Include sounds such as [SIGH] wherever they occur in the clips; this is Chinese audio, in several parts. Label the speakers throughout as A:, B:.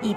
A: 一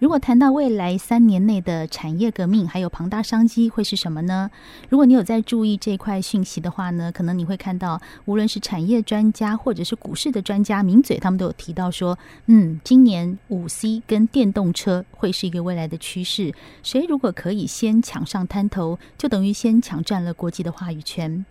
B: 如果谈到未来三年内的产业革命，还有庞大商机会是什么呢？如果你有在注意这块讯息的话呢，可能你会看到，无论是产业专家或者是股市的专家名嘴，他们都有提到说，嗯，今年五 C 跟电动车会是一个未来的趋势。谁如果可以先抢上滩头，就等于先抢占了国际的话语权。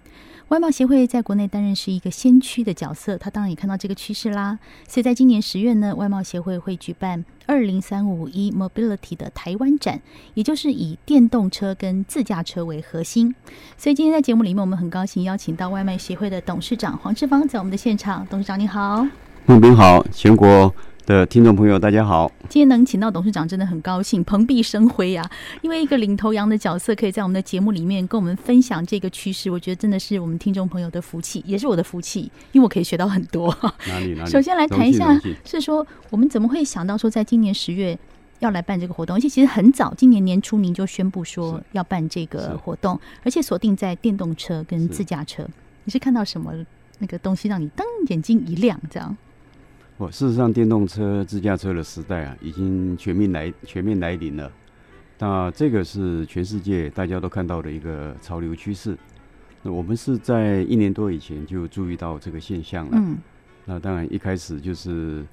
B: 外贸协会在国内担任是一个先驱的角色，他当然也看到这个趋势啦。所以在今年十月呢，外贸协会会举办二零三五一 Mobility 的台湾展，也就是以电动车跟自驾车为核心。所以今天在节目里面，我们很高兴邀请到外卖协会的董事长黄志芳在我们的现场。董事长你好，
C: 孟斌好，全国的听众朋友大家好。
B: 今天能请到董事长真的很高兴，蓬荜生辉啊！因为一个领头羊的角色可以在我们的节目里面跟我们分享这个趋势，我觉得真的是我们听众朋友的福气，也是我的福气，因为我可以学到很多。
C: 哪里哪里？
B: 首先来谈一下
C: 荣幸荣
B: 是
C: 幸，
B: 说我们怎么会想到说在今年十月要来办这个活动？而且其实很早，今年年初您就宣布说
C: 是
B: 要办这个
C: 是
B: 活动，而且锁定在电动车跟
C: 是
B: 自驾车。你是看到什么那个东西让你噔眼睛一亮？这样
C: 我事实上，电动车、自驾车的时代啊，已经全面来全面来临了。那这个是全世界大家都看到的一个潮流趋势。那我们是在一年多以前就注意到这个现象了。
B: 嗯
C: 那当然一开始就是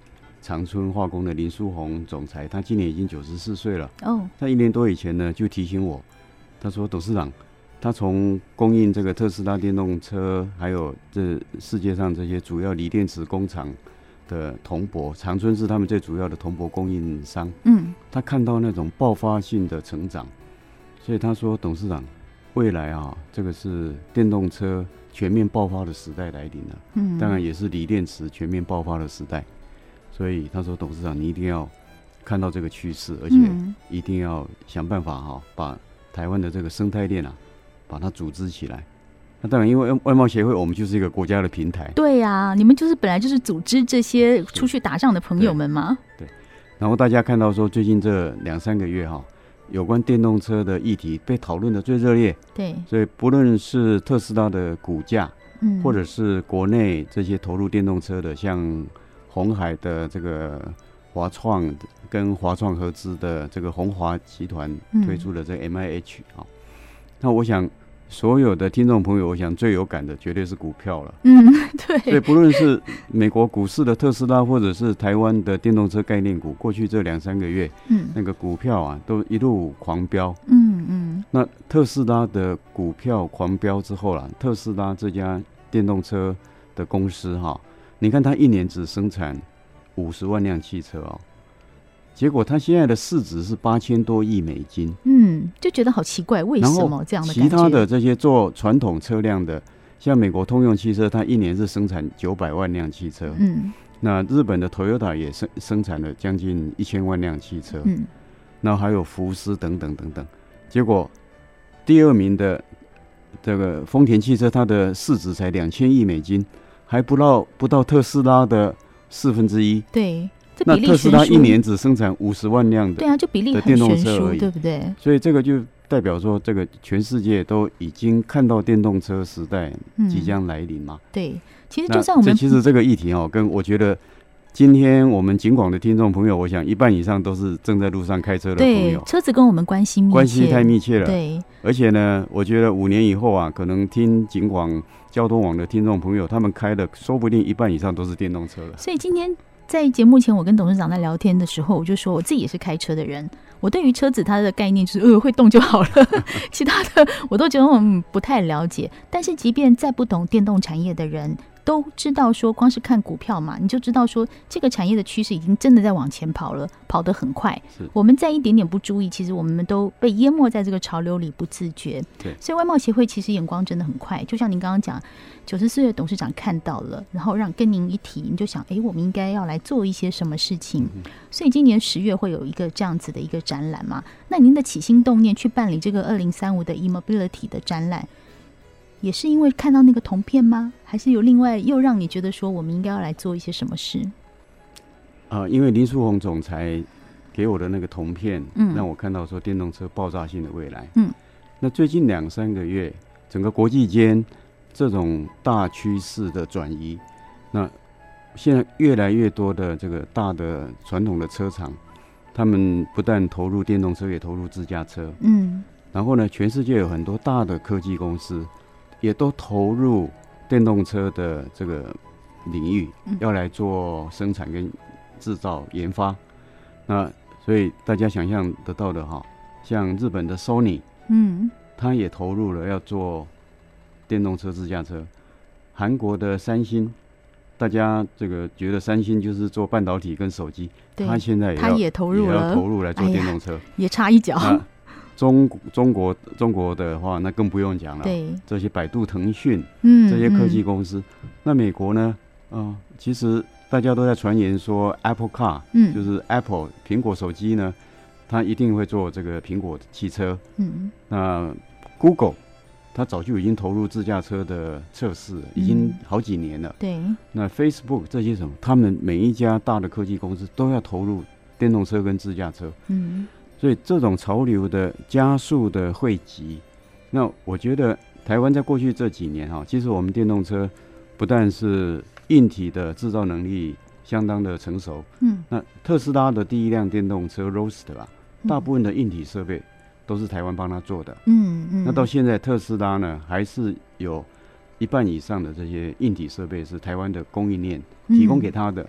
C: 长春化工的林书鸿总裁，他今年已经九十四岁了。
B: 哦
C: 在一年多以前呢，就提醒我，他说董事长，他从供应这个特斯拉电动车，还有这世界上这些主要锂电池工厂的铜箔，长春是他们最主要的铜箔供应商，
B: 嗯
C: 他看到那种爆发性的成长，所以他说董事长，未来啊，这个是电动车全面爆发的时代来临了。
B: 嗯，
C: 当然也是锂电池全面爆发的时代，所以他说董事长你一定要看到这个趋势，而且
B: 嗯
C: 一定要想办法哈、把台湾的这个生态链啊，把它组织起来。那当然，因为外外贸协会，我们就是一个国家的平台，
B: 对呀、你们就是本来就是组织这些出去打仗的朋友们嘛。
C: 然后大家看到说，最近这两三个月哈、有关电动车的议题被讨论的最热烈，
B: 对，
C: 所以不论是特斯拉的股价，
B: 嗯，
C: 或者是国内这些投入电动车的，像红海的这个华创跟华创合资的这个红华集团
B: 嗯
C: 推出的这个 MIH 啊、那我想所有的听众朋友，我想最有感的绝对是股票了。
B: 嗯， [LAUGHS]
C: 所以
B: 对，
C: 不论是美国股市的特斯拉，或者是台湾的电动车概念股，过去这两三个月
B: 嗯
C: 那个股票啊都一路狂飙。
B: 嗯嗯
C: 那特斯拉的股票狂飙之后啦，特斯拉这家电动车的公司哈、你看它一年只生产五十万辆汽车哦，结果它现在的市值是八千多亿美金。
B: 嗯，就觉得好奇怪，为
C: 然
B: 什
C: 后
B: 么这样的感
C: 其
B: 觉？
C: 他的这些做传统车辆的，像美国通用汽车，它一年是生产九百万辆汽车。
B: 嗯
C: 那日本的 Toyota 也生生产了将近一千万辆汽车。
B: 嗯
C: 那还有福斯等等等等。结果第二名的这个丰田汽车，它的市值才两千亿美金，还不到不到特斯拉的四分之一。
B: 对，这
C: 那
B: 比例
C: 特斯拉
B: 悬殊
C: 一年只生产五十万辆
B: 对
C: 的，
B: 啊，就比例
C: 的
B: 很
C: 电动
B: 悬
C: 车
B: 殊
C: 而，已
B: 对不对？
C: 所以这个就代表说，这个全世界都已经看到电动车时代
B: 嗯，
C: 即将来临嘛。
B: 对。嗯其实
C: 那
B: 就在我
C: 这
B: 们
C: 其实这个议题哦，跟我觉得。今天我们景广的听众朋友，我想一半以上都是正在路上开车的朋
B: 对
C: 友，
B: 车子跟我们关系密切，
C: 关系太密切了。
B: 对，
C: 而且呢，我觉得五年以后啊，可能听警广交通网的听众朋友，他们开的说不定一半以上都是电动车了。
B: 所以今天在节目前，我跟董事长在聊天的时候，我就说我自己也是开车的人，我对于车子它的概念就是呃会动就
C: [LAUGHS]
B: 好了，其他的我都觉得嗯不太了解。但是即便再不懂电动产业的人，都知道说光是看股票嘛，你就知道说这个产业的趋势已经真的在往前跑了，跑得很快
C: 是。
B: 我们再一点点不注意，其实我们都被淹没在这个潮流里，不自觉。
C: 对
B: 所以外贸协会其实眼光真的很快，就像您刚刚讲，九十四岁的董事长看到了，然后让跟您一提，你就想，诶，我们应该要来做一些什么事情。
C: 嗯
B: 所以今年十月会有一个这样子的一个展览嘛？那您的起心动念去办理这个二零三五的 E e-mobility 的展览，也是因为看到那个铜片吗？还是有另外又让你觉得说我们应该要来做一些什么事？
C: 啊、因为林书红总裁给我的那个铜片，
B: 嗯
C: 让我看到说电动车爆炸性的未来。
B: 嗯，
C: 那最近两三个月，整个国际间这种大趋势的转移，那现在越来越多的这个大的传统的车厂，他们不但投入电动车，也投入自驾车。
B: 嗯
C: 然后呢，全世界有很多大的科技公司也都投入电动车的这个领域
B: 嗯，
C: 要来做生产跟制造研发。那所以大家想象得到的哈，像日本的 Sony，
B: 嗯
C: 它也投入了要做电动车自驾车。韩国的三星，大家这个觉得三星就是做半导体跟手机，
B: 对，
C: 它现在也
B: 他
C: 要
B: 也投入
C: 也
B: 了
C: 要，投入来做
B: 哎呀
C: 电动车。
B: 也差一脚。 [LAUGHS]
C: 那中中国中国的话，那更不用讲了。
B: 对，
C: 这些百度、腾讯
B: 嗯，
C: 这些科技
B: 嗯
C: 公司，那美国呢？啊、其实大家都在传言说 Apple Car，
B: 嗯
C: 就是 Apple 苹果手机呢，它一定会做这个苹果汽车。
B: 嗯
C: 那 Google，它早就已经投入自驾车的测试了，已经
B: 嗯
C: 好几年了。
B: 对，
C: 那 Facebook 这些什么，他们每一家大的科技公司都要投入电动车跟自驾车。
B: 嗯
C: 所以这种潮流的加速的汇集，那我觉得台湾在过去这几年哈、其实我们电动车不但是硬体的制造能力相当的成熟，
B: 嗯，
C: 那特斯拉的第一辆电动车 Roadster 啊，
B: 嗯
C: 大部分的硬体设备都是台湾帮他做的。
B: 嗯嗯，
C: 那到现在特斯拉呢，还是有一半以上的这些硬体设备是台湾的供应链提供给他
B: 嗯
C: 的。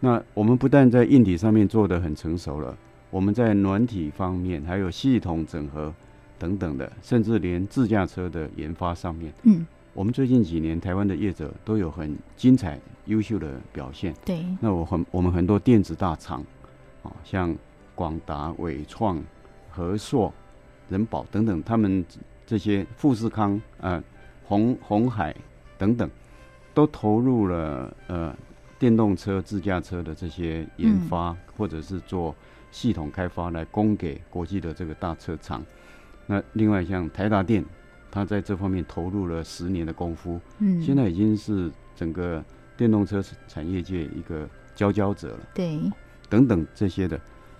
C: 那我们不但在硬体上面做得很成熟了，我们在软体方面还有系统整合等等的，甚至连自驾车的研发上面，
B: 嗯，嗯
C: 我们最近几年台湾的业者都有很精彩、优秀的表现。
B: 对，
C: 那我很我们很多电子大厂啊，像广达、伟创、和硕、人保等等，他们这些富士康、呃红红海等等，都投入了呃电动车、自驾车的这些研
B: 嗯
C: 发，或者是做系统开发来供给国际的这个大车厂。那另外像台达电，它在这方面投入了十年的功夫，
B: 嗯，
C: 现在已经是整个电动车产业界一个佼佼者了，
B: 对，
C: 等等这些的。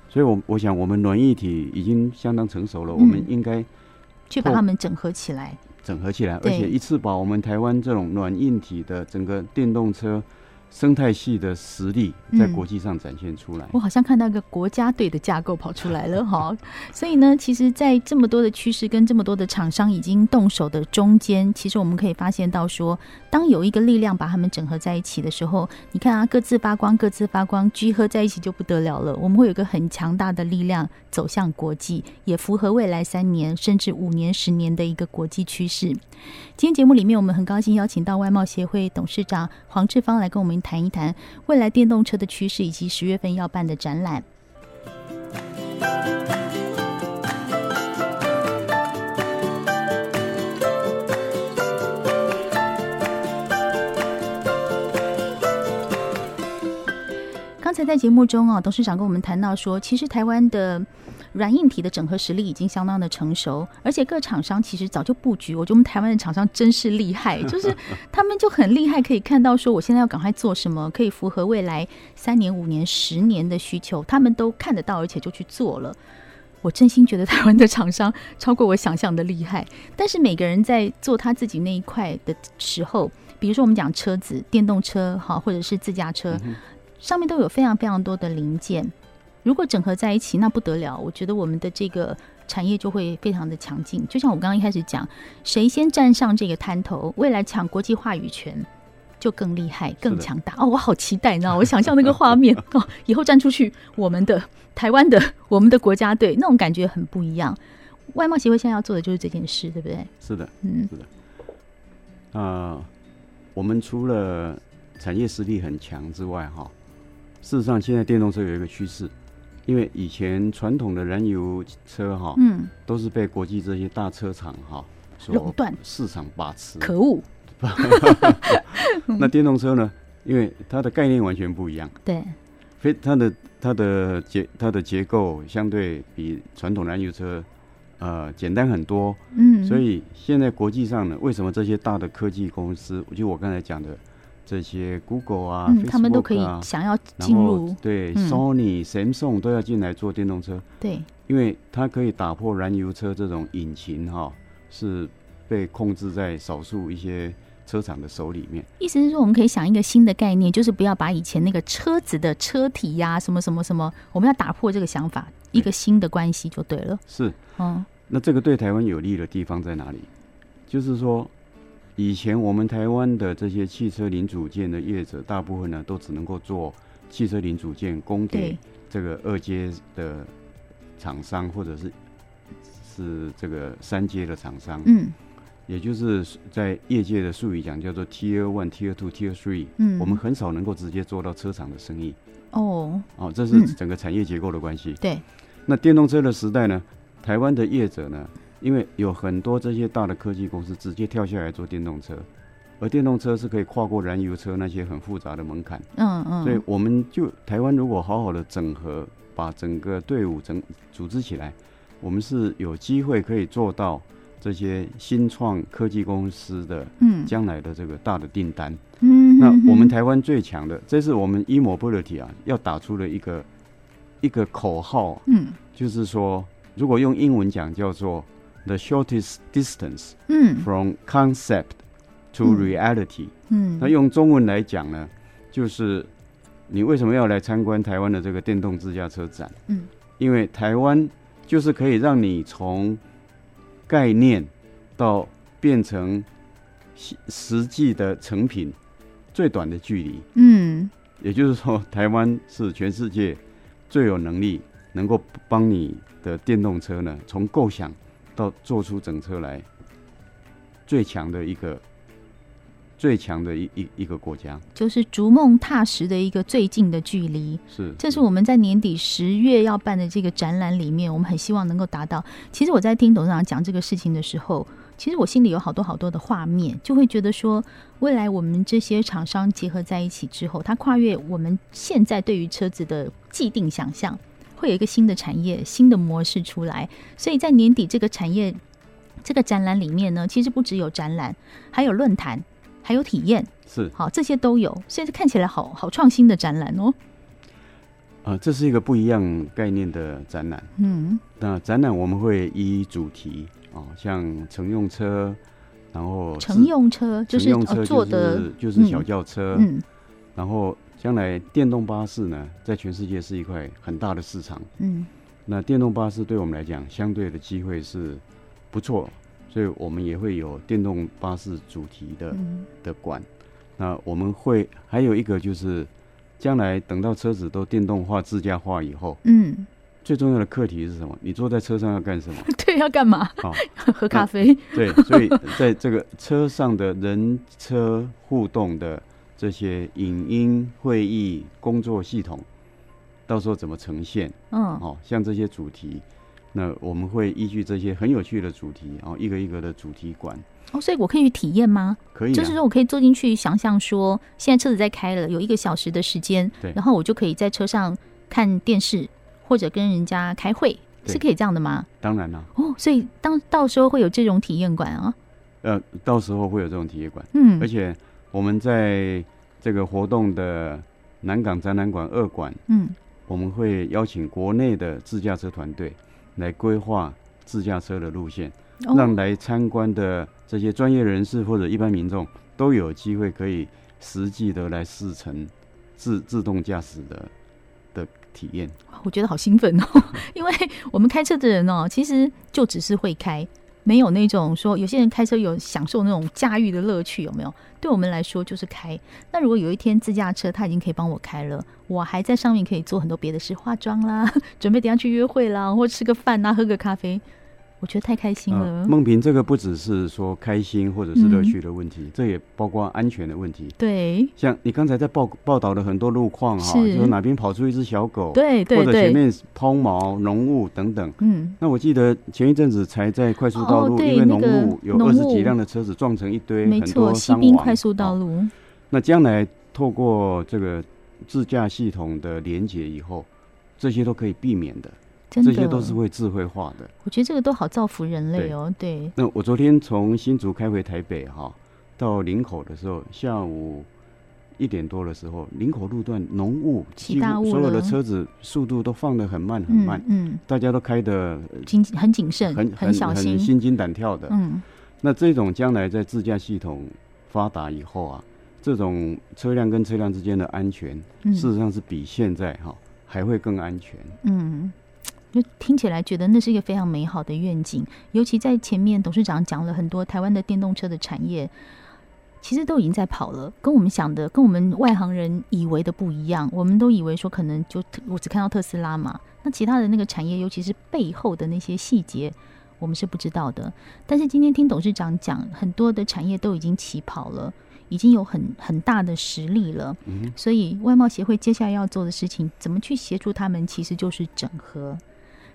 C: 所以我，我想，我们软硬体已经相当成熟了，
B: 嗯
C: 我们应该
B: 去把
C: 透
B: 它们整合起来。
C: 整合起来，而
B: 对
C: 且一次把我们台湾这种软硬体的整个电动车生态系的实力，在
B: 嗯
C: 国际上展现出来。
B: 我好像看到一个国家队的架构跑出来了哈，所以呢，其实，在这么多的趋势跟这么多的厂商已经动手的中间，其实我们可以发现到说，当有一个力量把它们整合在一起的时候，你看啊，各自发光，各自发光，聚合在一起就不得了了。我们会有一个很强大的力量走向国际，也符合未来三年甚至五年、十年的一个国际趋势。今天节目里面，我们很高兴邀请到外贸协会董事长黄志芳来跟我们谈一谈未来电动车的趋势，以及十月份要办的展览。刚才在节目中啊，董事长跟我们谈到说，其实台湾的软硬体的整合实力已经相当的成熟，而且各厂商其实早就布局。我觉得我们台湾的厂商真是厉害，就是他们就很厉害，可以看到说我现在要赶快做什么，可以符合未来三年、五年、十年的需求，他们都看得到，而且就去做了。我真心觉得台湾的厂商超过我想象的厉害，但是每个人在做他自己那一块的时候，比如说我们讲车子、电动车哈，或者是自驾车，
C: 嗯
B: 上面都有非常非常多的零件，如果整合在一起，那不得了。我觉得我们的这个产业就会非常的强劲。就像我刚刚一开始讲，谁先站上这个滩头，未来抢国际话语权，就更厉害、更强大哦！我好期待，你知道，我想象那个画
C: [LAUGHS]
B: 面哦，以后站出去，我们的台湾的呃我们的国家队，那种感觉很不一样。外贸协会现在要做的就是这件事，对不对？
C: 是的，
B: 嗯
C: 是的。啊、我们除了产业实力很强之外，哈，事实上现在电动车有一个趋势，因为以前传统的燃油车哈，
B: 嗯，
C: 都是被国际这些大车厂哈所
B: 垄断
C: 市场把持。
B: 可恶，
C: 那电动车呢？因为它的概念完全不一样，
B: 对，
C: 非它的它的结它的结构相对比传统燃油车呃简单很多，
B: 嗯，
C: 所以现在国际上呢，为什么这些大的科技公司，就我刚才讲的这些 Google 啊，
B: 嗯，他们都
C: Facebook
B: 可以
C: 啊
B: 想要
C: 然
B: 进
C: 后
B: 入，
C: 对、
B: 嗯
C: Sony、Samsung 都要进来做电动车，
B: 对，
C: 因为它可以打破燃油车这种引擎哈、是被控制在少数一些车厂的手里面。
B: 意思是说，我们可以想一个新的概念，就是不要把以前那个车子的车体呀、什么什么什么，我们要打破这个想法，一个新的关系就对了。
C: 是，
B: 嗯，
C: 那这个对台湾有利的地方在哪里？就是说，以前我们台湾的这些汽车零组件的业者，大部分呢都只能够做汽车零组件供给
B: 对，
C: 这个二阶的厂商，或者是是这个三阶的厂商，
B: 嗯
C: 也就是在业界的术语讲叫做 Tier One、Tier Two、Tier Three。
B: 嗯，
C: 我们很少能够直接做到车厂的生意
B: 哦，
C: 哦，这
B: 嗯
C: 是整个产业结构的关系。
B: 对，
C: 那电动车的时代呢，台湾的业者呢，因为有很多这些大的科技公司直接跳下来做电动车，而电动车是可以跨过燃油车那些很复杂的门槛，
B: 嗯嗯，
C: 所以我们就台湾如果好好的整合，把整个队伍整组织起来，我们是有机会可以做到这些新创科技公司的
B: 嗯
C: 将来的这个大的订单。
B: 嗯，
C: 那我们
B: 台
C: 台湾最强的，这是我们 e-mobility 啊，要打出了一个一个口号啊，
B: 嗯
C: 就是说，如果用英文讲叫做 the shortest distance
B: 嗯
C: from concept to
B: 嗯
C: reality，、
B: 嗯，
C: 那用中文来讲呢，就是你为什么要来参观台湾的这个电动自驾车展？
B: 嗯，
C: 因为台湾就是可以让你从概念到变成实实际的成品最短的距离。
B: 嗯
C: 也就是说，台湾是全世界最有能力能够帮你的电动车呢，从构想到做出整车来最强的一个最强的一一一个国家。
B: 就是逐梦踏实的一个最近的距离。
C: 是，
B: 这是我们在年底十月要办的这个展览里面，我们很希望能够达到。其实我在听董事长讲这个事情的时候，其实我心里有好多好多的画面，就会觉得说，未来我们这些厂商结合在一起之后，它跨越我们现在对于车子的既定想象，会有一个新的产业、新的模式出来。所以在年底这个产业这个展览里面呢，其实不只有展览，还有论坛，还有体验，
C: 是啊、
B: 好，这些都有，所以看起来好好创新的展览哦。
C: 呃这是一个不一样概念的展览。
B: 嗯。
C: 那展览我们会依主题啊、哦像乘用车，然后自
B: 乘用车就
C: 乘
B: 是
C: 用车
B: 呃坐的，
C: 就是、
B: 嗯
C: 呃就是小轿车，
B: 嗯
C: 然后将来电动巴士呢，在全世界是一块很大的市场。
B: 嗯
C: 那电动巴士对我们来讲，相对的机会是不错，所以我们也会有电动巴士主题的
B: 嗯
C: 的馆。那我们会还有一个就是，将来等到车子都电动化、自驾化以后，
B: 嗯，
C: 最重要的课题是什么？你坐在车上要干什么？
B: 对， [LAUGHS] 要干嘛？
C: 好、
B: 喝咖啡？嗯
C: 对，
B: [LAUGHS]
C: 所以在这个车上的人车互动的这些影音会议工作系统，到时候怎么呈现？
B: 嗯
C: 哦，像这些主题，那我们会依据这些很有趣的主题，哦，一个一个的主题馆，
B: 哦，所以我可以去体验吗？
C: 可以、啊，
B: 就是说我可以坐进去，想象说现在车子在开了，有一个小时的时间
C: 对，
B: 然后我就可以在车上看电视或者跟人家开会，
C: 对
B: 是可以这样的吗？
C: 当然啦、
B: 哦，所以当到时候会有这种体验馆啊，
C: 呃，到时候会有这种体验馆，
B: 嗯
C: 而且我们在这个活动的南港展览馆二馆，
B: 嗯
C: 我们会邀请国内的自驾车团队来规划自驾车的路线。让
B: 哦
C: 来参观的这些专业人士或者一般民众都有机会可以实际的来试乘自自动驾驶的的体验。
B: [LAUGHS] 我觉得好兴奋哦，因为我们开车的人哦，其实就只是会开，没有那种说有些人开车有享受那种驾驭的乐趣，有没有？对我们来说就是开。那如果有一天自驾车它已经可以帮我开了，我还在上面可以做很多别的事，化妆啦， [LAUGHS] 准备等一下去约会啦，或吃个饭啊啦，喝个咖啡，我觉得太开心了。
C: 呃梦萍这个不只是说开心或者是乐趣的问
B: 嗯
C: 题，这也包括安全的问题。
B: 对
C: 像你刚才在报报道的很多路况哈，
B: 是
C: 就是哪边跑出一只小狗，
B: 对对
C: 或者
B: 对，
C: 前面抛锚、浓雾等等。
B: 嗯，
C: 那我记得前一阵子才在快速道
B: 哦
C: 路，
B: 对
C: 因为
B: 那
C: 浓
B: 个
C: 雾有
B: 浓
C: 二十
B: 雾
C: 几辆的车子撞成一堆，
B: 没
C: 很多
B: 错，西
C: 伤
B: 滨
C: 亡。
B: 快速道
C: 哦
B: 路，
C: 那将来透过这个自驾系统的连接以后，这些都可以避免的，
B: 真的，
C: 这些都是会智慧化的。
B: 我觉得这个都好造福人类哦。对，
C: 那我昨天从新竹开回台北哈、到林口的时候，下午一点多的时候，林口路段浓雾，
B: 起
C: 几
B: 大
C: 乎
B: 雾
C: 所有
B: 了
C: 的车子速度都放得很慢很
B: 嗯
C: 慢，
B: 嗯，
C: 大家都开得呃
B: 谨很谨慎，
C: 很
B: 小心
C: 很，心惊胆跳的。
B: 嗯，
C: 那这种将来在自驾系统发达以后啊，这种车辆跟车辆之间的安全，
B: 嗯
C: 事实上是比现在哈、还会更安全。
B: 嗯，就听起来觉得那是一个非常美好的愿景，尤其在前面董事长讲了很多台湾的电动车的产业，其实都已经在跑了，跟我们想的、跟我们外行人以为的不一样。我们都以为说可能就我只看到特斯拉嘛，那其他的那个产业，尤其是背后的那些细节。我们是不知道的，但是今天听董事长讲，很多的产业都已经起跑了，已经有很很大的实力了。
C: 嗯，
B: 所以外贸协会接下来要做的事情，怎么去协助他们，其实就是整合，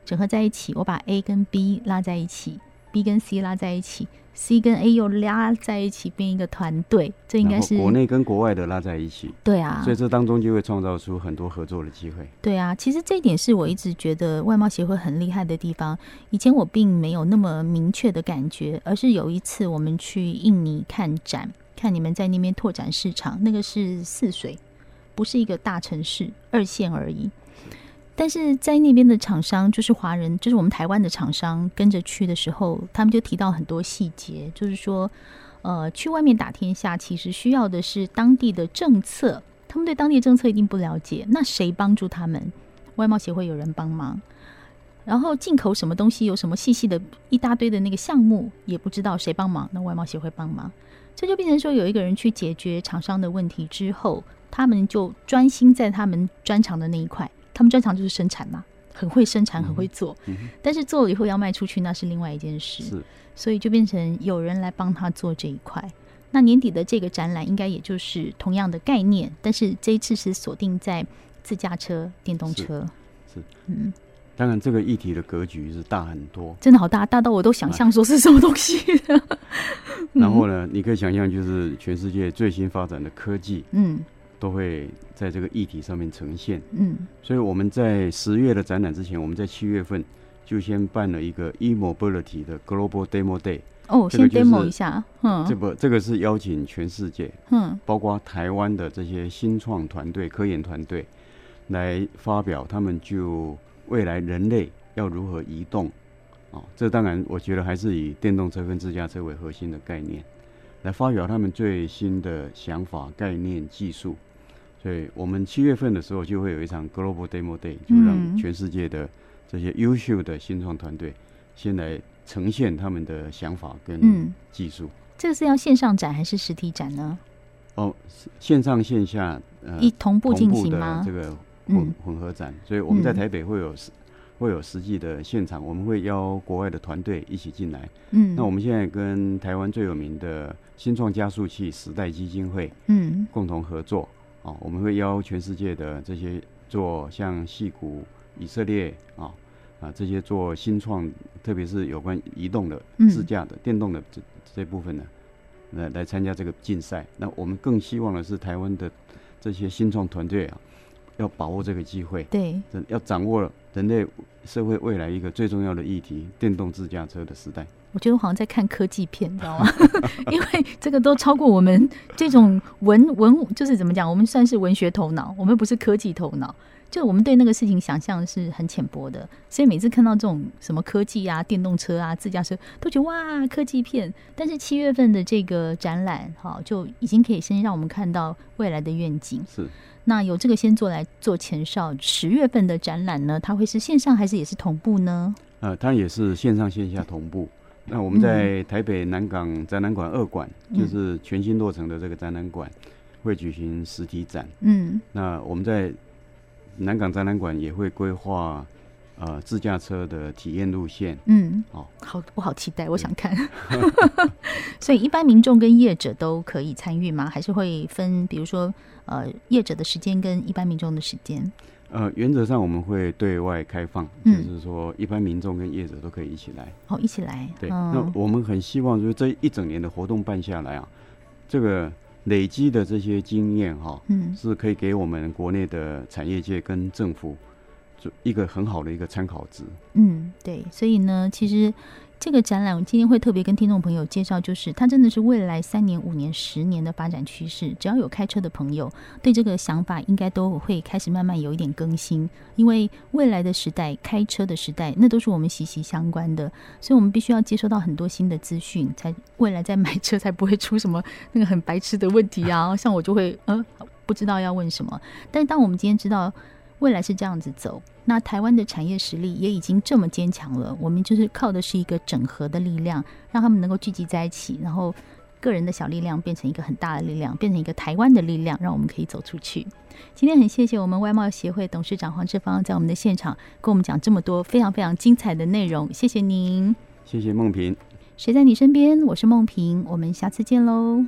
B: 整合在一起。我把 A 跟 B 拉在一起，B 跟 C 拉在一起，C 跟 A 又拉在一起，变一个团队。这应该
C: 然后
B: 是
C: 国内跟国外的拉在一起，
B: 对啊，
C: 所以这当中就会创造出很多合作的机会。
B: 对啊，其实这一点是我一直觉得外贸协会很厉害的地方。以前我并没有那么明确的感觉，而是有一次我们去印尼看展，看你们在那边拓展市场，那个是泗水，不是一个大城市，二线而已。但是在那边的厂商，就是华人，就是我们台湾的厂商跟着去的时候，他们就提到很多细节，就是说，呃，去外面打天下，其实需要的是当地的政策，他们对当地的政策一定不了解，那谁帮助他们？外贸协会有人帮忙，然后进口什么东西有什么细细的一大堆的那个项目也不知道谁帮忙，那外贸协会帮忙，这就变成说有一个人去解决厂商的问题之后，他们就专心在他们专长的那一块，他们专长就是生产嘛，很会生产，很会做，
C: 嗯哼
B: 但是做了以后要卖出去那是另外一件事，
C: 是，
B: 所以就变成有人来帮他做这一块。那年底的这个展览应该也就是同样的概念，但是这一次是锁定在自驾车、电动车，
C: 是是
B: 嗯，
C: 当然这个议题的格局是大很多。
B: 真的好大，大到我都想象说是什么东
C: [LAUGHS]
B: 西。
C: 然后呢，你可以想象，就是全世界最新发展的科技
B: 嗯
C: 都会在这个议题上面呈现。
B: 嗯，
C: 所以我们在十月的展览之前，我们在七月份就先办了一个 e-mobility 的 Global Demo Day。
B: 哦，
C: 这个
B: 先
C: 就是
B: demo 一下，嗯
C: 这个这个是邀请全世界，
B: 嗯
C: 包括台湾的这些新创团队、科研团队，来发表他们就未来人类要如何移动。哦，这当然我觉得还是以电动车跟自驾车为核心的概念，来发表他们最新的想法、概念、技术。所以我们七月份的时候就会有一场 Global Demo Day，就
B: 嗯
C: 让全世界的这些优秀的新创团队先来呈现他们的想法跟
B: 嗯，
C: 技术。
B: 这个是要线上展还是实体展呢？
C: 哦，是线上线下呃
B: 一同步
C: 同
B: 进
C: 步
B: 行
C: 的
B: 吗
C: 这？个混
B: 嗯
C: 混合展，所以我们在
B: 嗯
C: 台北会有实会有实际的现场，我们会邀国外的团队一起进来。
B: 嗯，
C: 那我们现在跟台湾最有名的新创加速器时代基金会
B: 嗯
C: 共同合作，哦，我们会邀全世界的这些做像戏谷、以色列啊啊这些做新创，特别是有关移动的、
B: 嗯
C: 自驾的、电动的这这部分呢，来来参加这个竞赛。那我们更希望的是台湾的这些新创团队啊，要把握这个机会，
B: 对，
C: 真要掌握人类社会未来一个最重要的议题——电动自驾车的时代。
B: 我觉得我好像在看科技片，你知道吗？ [LAUGHS] 因为这个都超过我们这种文文，就是怎么讲，我们算是文学头脑，我们不是科技头脑。就我们对那个事情想象是很浅薄的，所以每次看到这种什么科技啊、电动车啊、自驾车，都觉得哇，科技片。但是七月份的这个展览，哈，就已经可以先让我们看到未来的愿景。
C: 是
B: 那有这个先做来做前哨，十月份
C: 啊
B: 的展览呢，它会是线上还是也是同步呢？
C: 呃，它也是线上线下同步。那
B: 嗯
C: 我们在台北南港展览馆二馆，就是全新落成的这个展览馆，会举行实体展。
B: 嗯
C: 那我们在南港展览馆也会规划呃自驾车的体验路线。
B: 嗯，
C: 好，
B: 好，我好期待，我想看。 [LAUGHS] 所以一般民众跟业者都可以参与吗？还是会分，比如说呃，业者的时间跟一般民众的时间？
C: 呃，原则上我们会对外开放，就
B: 嗯
C: 是说一般民众跟业者都可以一起来。
B: 哦，一起来。
C: 对，那
B: 嗯
C: 我们很希望就是这一整年的活动办下来啊，这个累积的这些经验哈、
B: 嗯
C: 是可以给我们国内的产业界跟政府就一个很好的一个参考值。
B: 嗯，对，所以呢，其实这个展览我今天会特别跟听众朋友介绍，就是它真的是未来三年、五年、十年的发展趋势。只要有开车的朋友，对这个想法应该都会开始慢慢有一点更新，因为未来的时代，开车的时代，那都是我们息息相关的，所以我们必须要接收到很多新的资讯，才未来在买车才不会出什么那个很白痴的问题啊。像我就会呃不知道要问什么，但是当我们今天知道未来是这样子走，那台湾的产业实力也已经这么坚强了，我们就是靠的是一个整合的力量，让他们能够聚集在一起，然后个人的小力量变成一个很大的力量，变成一个台湾的力量，让我们可以走出去。今天很谢谢我们外贸协会董事长黄志芳在我们的现场跟我们讲这么多非常非常精彩的内容，谢谢您。
C: 谢谢梦萍。
B: 谁在你身边？我是梦萍，我们下次见喽。